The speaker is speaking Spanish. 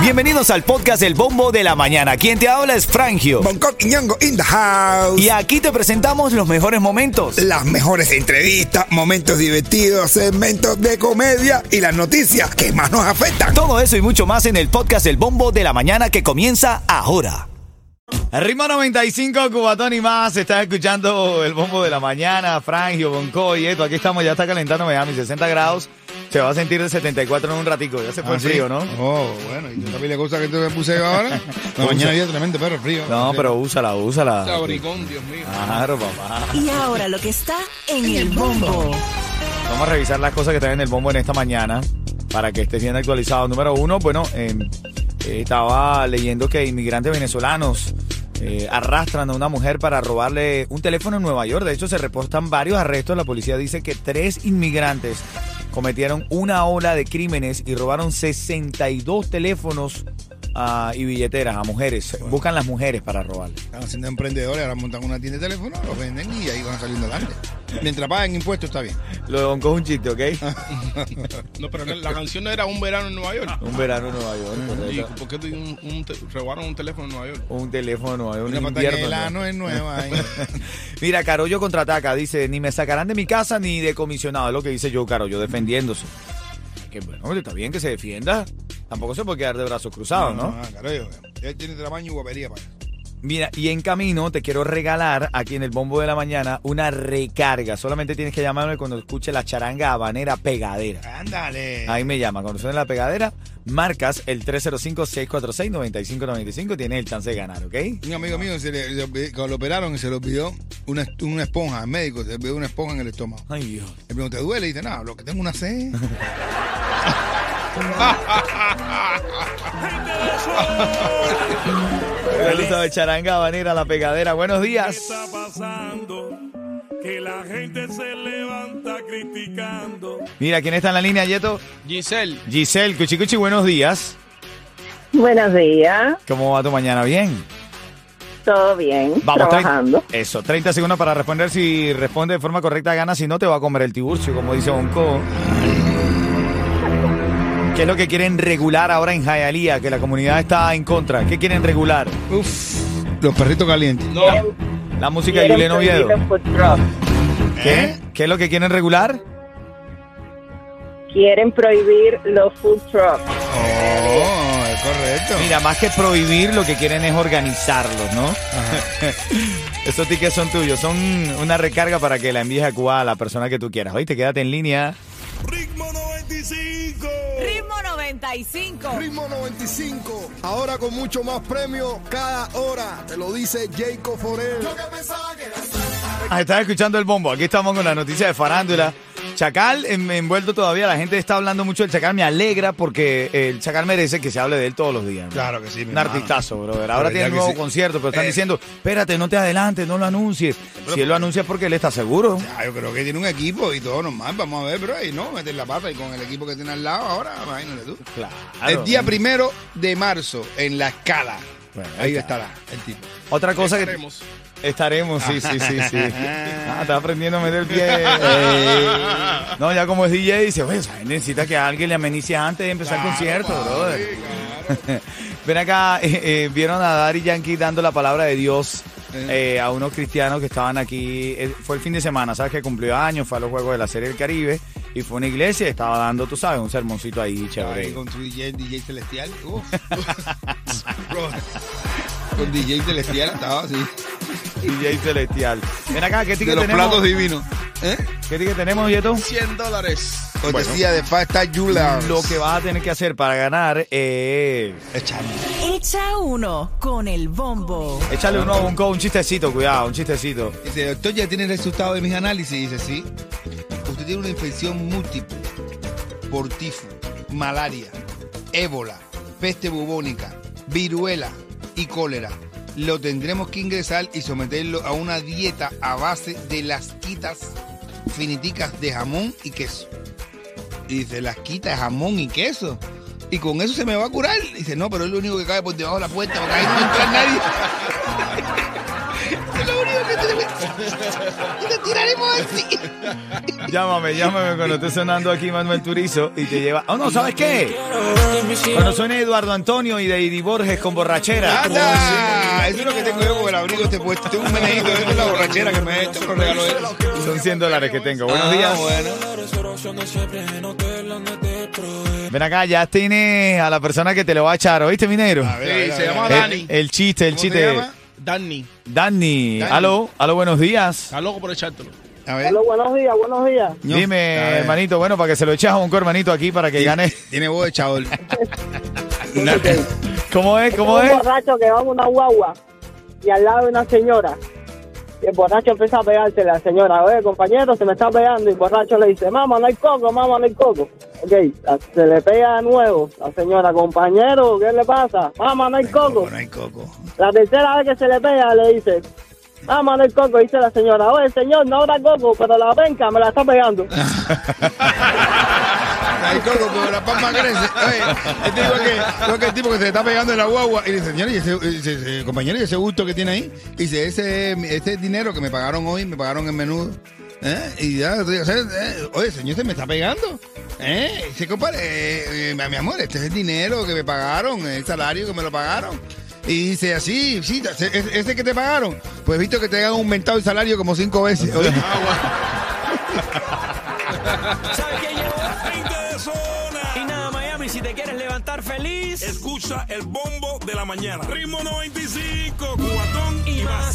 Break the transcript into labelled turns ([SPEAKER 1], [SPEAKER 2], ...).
[SPEAKER 1] Bienvenidos al podcast El Bombo de la Mañana. Quien te habla es Frangio.
[SPEAKER 2] Bangkok y Ñongo in the house.
[SPEAKER 1] Y aquí te presentamos los mejores momentos.
[SPEAKER 2] Las mejores entrevistas, momentos divertidos, segmentos de comedia y las noticias que más nos afectan.
[SPEAKER 1] Todo eso y mucho más en el podcast El Bombo de la Mañana que comienza ahora. Ritmo 95, Cubatón y más. Estás escuchando el bombo de la mañana, Frangio, Bonco y esto. Aquí estamos, ya está calentando Miami, 60 grados. Se va a sentir de 74 en un ratico. Ya se fue el frío, ¿no?
[SPEAKER 3] Oh, bueno, y todavía le gusta que te puse ahora. La mañana había tremendo perro frío.
[SPEAKER 1] No, pero úsala, úsala.
[SPEAKER 3] Sabricón, Dios mío.
[SPEAKER 1] Claro, papá.
[SPEAKER 4] Y ahora lo que está en el bombo.
[SPEAKER 1] Vamos a revisar las cosas que están en el bombo en esta mañana para que estés bien actualizado. Número uno, bueno, eh, eh, estaba leyendo que inmigrantes venezolanos eh, arrastran a una mujer para robarle un teléfono en Nueva York. De hecho, se reportan varios arrestos. La policía dice que tres inmigrantes cometieron una ola de crímenes y robaron 62 teléfonos ah, y billeteras a mujeres. Buscan las mujeres para robarle.
[SPEAKER 3] Están haciendo emprendedores, ahora montan una tienda de teléfono, los venden y ahí van saliendo adelante. Mientras paguen impuestos, está bien.
[SPEAKER 1] Lo de Bonco es un chiste, ¿ok?
[SPEAKER 5] No, pero la canción no era Un verano en Nueva York.
[SPEAKER 1] Un verano en Nueva York.
[SPEAKER 5] ¿Y
[SPEAKER 1] correcto.
[SPEAKER 5] por qué te- un- un te- robaron un teléfono en Nueva York?
[SPEAKER 1] Un teléfono en Nueva York,
[SPEAKER 3] Una
[SPEAKER 1] un
[SPEAKER 3] pantalla
[SPEAKER 1] invierno
[SPEAKER 3] de
[SPEAKER 1] en Nueva
[SPEAKER 3] lano es nueva. ahí.
[SPEAKER 1] Mira, Carollo contraataca, dice, ni me sacarán de mi casa ni de comisionado, es lo que dice yo, Carollo, defendiéndose. Que bueno, está bien que se defienda. Tampoco se puede quedar de brazos cruzados, ¿no?
[SPEAKER 3] Ah, carajo, ya tiene tamaño y guapería pues. para
[SPEAKER 1] Mira, y en camino te quiero regalar aquí en el Bombo de la Mañana una recarga. Solamente tienes que llamarme cuando escuche la charanga habanera pegadera.
[SPEAKER 3] Ándale.
[SPEAKER 1] Ahí me llama. Cuando suene la pegadera, marcas el 305-646-9595. Tienes el chance de ganar, ¿ok?
[SPEAKER 3] Un amigo mío se le, le- cuando lo operaron y se le olvidó una, una esponja al médico, se le olvidó una esponja en el estómago.
[SPEAKER 1] Ay, Dios.
[SPEAKER 3] Le pregunté, ¿te duele? Y dice, no, lo que tengo es una sed.
[SPEAKER 1] Ya tú sabes, charanga habanera, la pegadera. Buenos días.
[SPEAKER 6] está pasando? Que la gente se levanta criticando.
[SPEAKER 1] Mira, ¿quién está en la línea, Yeto?
[SPEAKER 5] Giselle.
[SPEAKER 1] Giselle, Cuchicuchi, buenos días.
[SPEAKER 7] Buenos días,
[SPEAKER 1] ¿Cómo va tu mañana? ¿Bien?
[SPEAKER 7] todo bien,
[SPEAKER 1] tre-
[SPEAKER 7] trabajando.
[SPEAKER 1] Eso, 30 segundos para responder. Si responde de forma correcta, gana. Si no, te va a comer el tiburcio, como dice Bonco. ¿Qué es lo que quieren regular ahora en Jayalía? Que la comunidad está en contra. ¿Qué quieren regular?
[SPEAKER 3] Uf, los perritos calientes.
[SPEAKER 5] No,
[SPEAKER 1] La música de Julián Oviedo.
[SPEAKER 7] prohibir los food trucks.
[SPEAKER 1] ¿Qué? ¿Qué es lo que quieren regular?
[SPEAKER 7] Quieren prohibir los food trucks.
[SPEAKER 3] Oh, es correcto.
[SPEAKER 1] Mira, más que prohibir, lo que quieren es organizarlos, ¿no? Estos tickets son tuyos, son una recarga para que la envíes a Cuba a la persona que tú quieras. Oíste, quédate en línea.
[SPEAKER 6] Ritmo 95.
[SPEAKER 4] Ritmo 95.
[SPEAKER 8] Ritmo 95, ahora con mucho más premio cada hora, te lo dice Jacob Forel.
[SPEAKER 1] Ah, Estás escuchando el bombo. Aquí estamos con la noticia de farándula. Chacal, em, envuelto todavía, la gente está hablando mucho del Chacal. Me alegra porque el Chacal merece que se hable de él todos los días. ¿no?
[SPEAKER 3] Claro que sí, mi
[SPEAKER 1] Un
[SPEAKER 3] hermano.
[SPEAKER 1] artistazo, brother. Ahora
[SPEAKER 3] De verdad
[SPEAKER 1] tiene un
[SPEAKER 3] que
[SPEAKER 1] nuevo
[SPEAKER 3] sí.
[SPEAKER 1] concierto, pero están
[SPEAKER 3] Eh.
[SPEAKER 1] diciendo, espérate, no te adelantes, no lo anuncies. Si él lo anuncia es porque él está seguro.
[SPEAKER 3] Ah, yo creo que tiene un equipo y todo normal. Vamos a ver, bro. Y no, meter la pata y con el equipo que tiene al lado ahora, imagínate tú.
[SPEAKER 1] Claro.
[SPEAKER 3] el día primero de marzo en la escala.
[SPEAKER 1] Bueno, ahí
[SPEAKER 3] ahí
[SPEAKER 1] está.
[SPEAKER 3] estará el tipo.
[SPEAKER 1] Otra cosa que...
[SPEAKER 5] estaremos.
[SPEAKER 1] Estaremos, sí, sí, sí, sí. Ah, está aprendiendo a meter el pie. Ey. No, ya como es DJ, dice, oye, esa gente necesita que alguien le amenice antes de empezar el Pues concierto, brother. Ven acá, eh, eh, vieron a Daddy Yankee dando la palabra de Dios eh, a unos cristianos que estaban aquí. Eh, fue el fin de semana, ¿sabes? Que cumplió años, fue a los Juegos de la Serie del Caribe y fue a una iglesia y estaba dando, tú sabes, un sermoncito ahí,
[SPEAKER 3] Ahí
[SPEAKER 1] chévere.
[SPEAKER 3] con su DJ, DJ Celestial. Uf. Bro, con DJ Celestial estaba así.
[SPEAKER 1] DJ Celestial. Ven acá, ¿qué
[SPEAKER 3] De
[SPEAKER 1] ticket
[SPEAKER 3] los
[SPEAKER 1] tenemos?
[SPEAKER 3] platos divinos. ¿Eh?
[SPEAKER 1] ¿Qué ticket tenemos, Yeto?
[SPEAKER 5] 100 dólares.
[SPEAKER 3] Cortesía de Fasta Jula.
[SPEAKER 1] Lo que vas a tener que hacer para ganar es...
[SPEAKER 4] Echa uno con el bombo.
[SPEAKER 1] Échale uno a un, co- un chisteceno, cuidado, un chistecito.
[SPEAKER 3] Dice, doctor, ya tiene el resultado de mis análisis. Dice, sí. Usted tiene una infección múltiple por tifo, malaria, ébola, peste bubónica, viruela y cólera. Lo tendremos que ingresar y someterlo a una dieta a base de las quitas finiticas de jamón y queso. Y dice, las quitas, jamón y queso. Y con eso se me va a curar. Dice, no, pero es lo único que cae por debajo de la puerta, porque ahí no entra nadie. es lo único que tiene.
[SPEAKER 9] Te tiraremos así.
[SPEAKER 1] Llámame, llámame cuando esté sonando aquí Manuel Turizo y te lleva. Oh, no, ¿sabes qué? Cuando suene Eduardo Antonio y Deidi Borges con borrachera.
[SPEAKER 3] ¡Anda! Eso es lo que tengo yo con el abrigo este puesto. Tengo un menejito, esta es la borrachera que me ha hecho, los regalos de él.
[SPEAKER 1] Son 100 dólares que tengo. Buenos
[SPEAKER 3] Ah,
[SPEAKER 1] días.
[SPEAKER 3] bueno.
[SPEAKER 1] Ven acá, ya tienes a la persona que te lo va a echar, ¿oíste, minero?
[SPEAKER 3] A ver, a ver,
[SPEAKER 5] Sí, se
[SPEAKER 3] a ver.
[SPEAKER 5] llama Dani.
[SPEAKER 1] El, el chiste, el
[SPEAKER 3] ¿Cómo se
[SPEAKER 1] chiste.
[SPEAKER 3] llama?
[SPEAKER 5] Danny,
[SPEAKER 1] Dani, aló, aló, buenos días.
[SPEAKER 5] está loco por echártelo.
[SPEAKER 3] A ver.
[SPEAKER 7] Aló, buenos días, buenos días.
[SPEAKER 3] No.
[SPEAKER 1] Dime,
[SPEAKER 3] A ver.
[SPEAKER 1] hermanito, bueno, para que se lo eches a un hermanito, aquí para que gane.
[SPEAKER 3] Tiene voz de chaval.
[SPEAKER 1] ¿Cómo es? ¿Cómo
[SPEAKER 7] un
[SPEAKER 1] es?
[SPEAKER 7] borracho que va en una guagua y al lado de una señora. Y el borracho empieza a pegarse la señora. Oye, compañero, se me está pegando. Y el borracho le dice, mamá, no hay coco, mamá, no hay coco. Ok, la- se le pega de nuevo la señora. Compañero, ¿qué le pasa? Mamá, no hay coco.
[SPEAKER 3] No hay coco.
[SPEAKER 7] La tercera vez que se le pega le dice, mamá, no hay coco. Dice la señora, oye, señor, no habrá coco, pero la penca me la está pegando.
[SPEAKER 3] No hay coco, pero la palma crece. Oye, este igual que, igual que el tipo que se está pegando en la guagua y le dice, señor, y ese, ese- ese- compañero, ¿y ese gusto que tiene ahí? Y dice, ese este es dinero que me pagaron hoy, me pagaron en menudo. ¿Eh? Y ya, o sea, eh, oye, señor, se me está pegando. ¿Eh? Y Dice, compadre, eh, eh, mi amor, este es el dinero que me pagaron, el salario que me lo pagaron. Y dice así, sí, ese, ese que te pagaron, pues visto que te han aumentado el salario como cinco veces. Oye,
[SPEAKER 6] Gente de zona.
[SPEAKER 10] Y nada, Miami, si te quieres levantar feliz.
[SPEAKER 6] Escucha el bombo de la mañana. Ritmo 95, cuatón y más.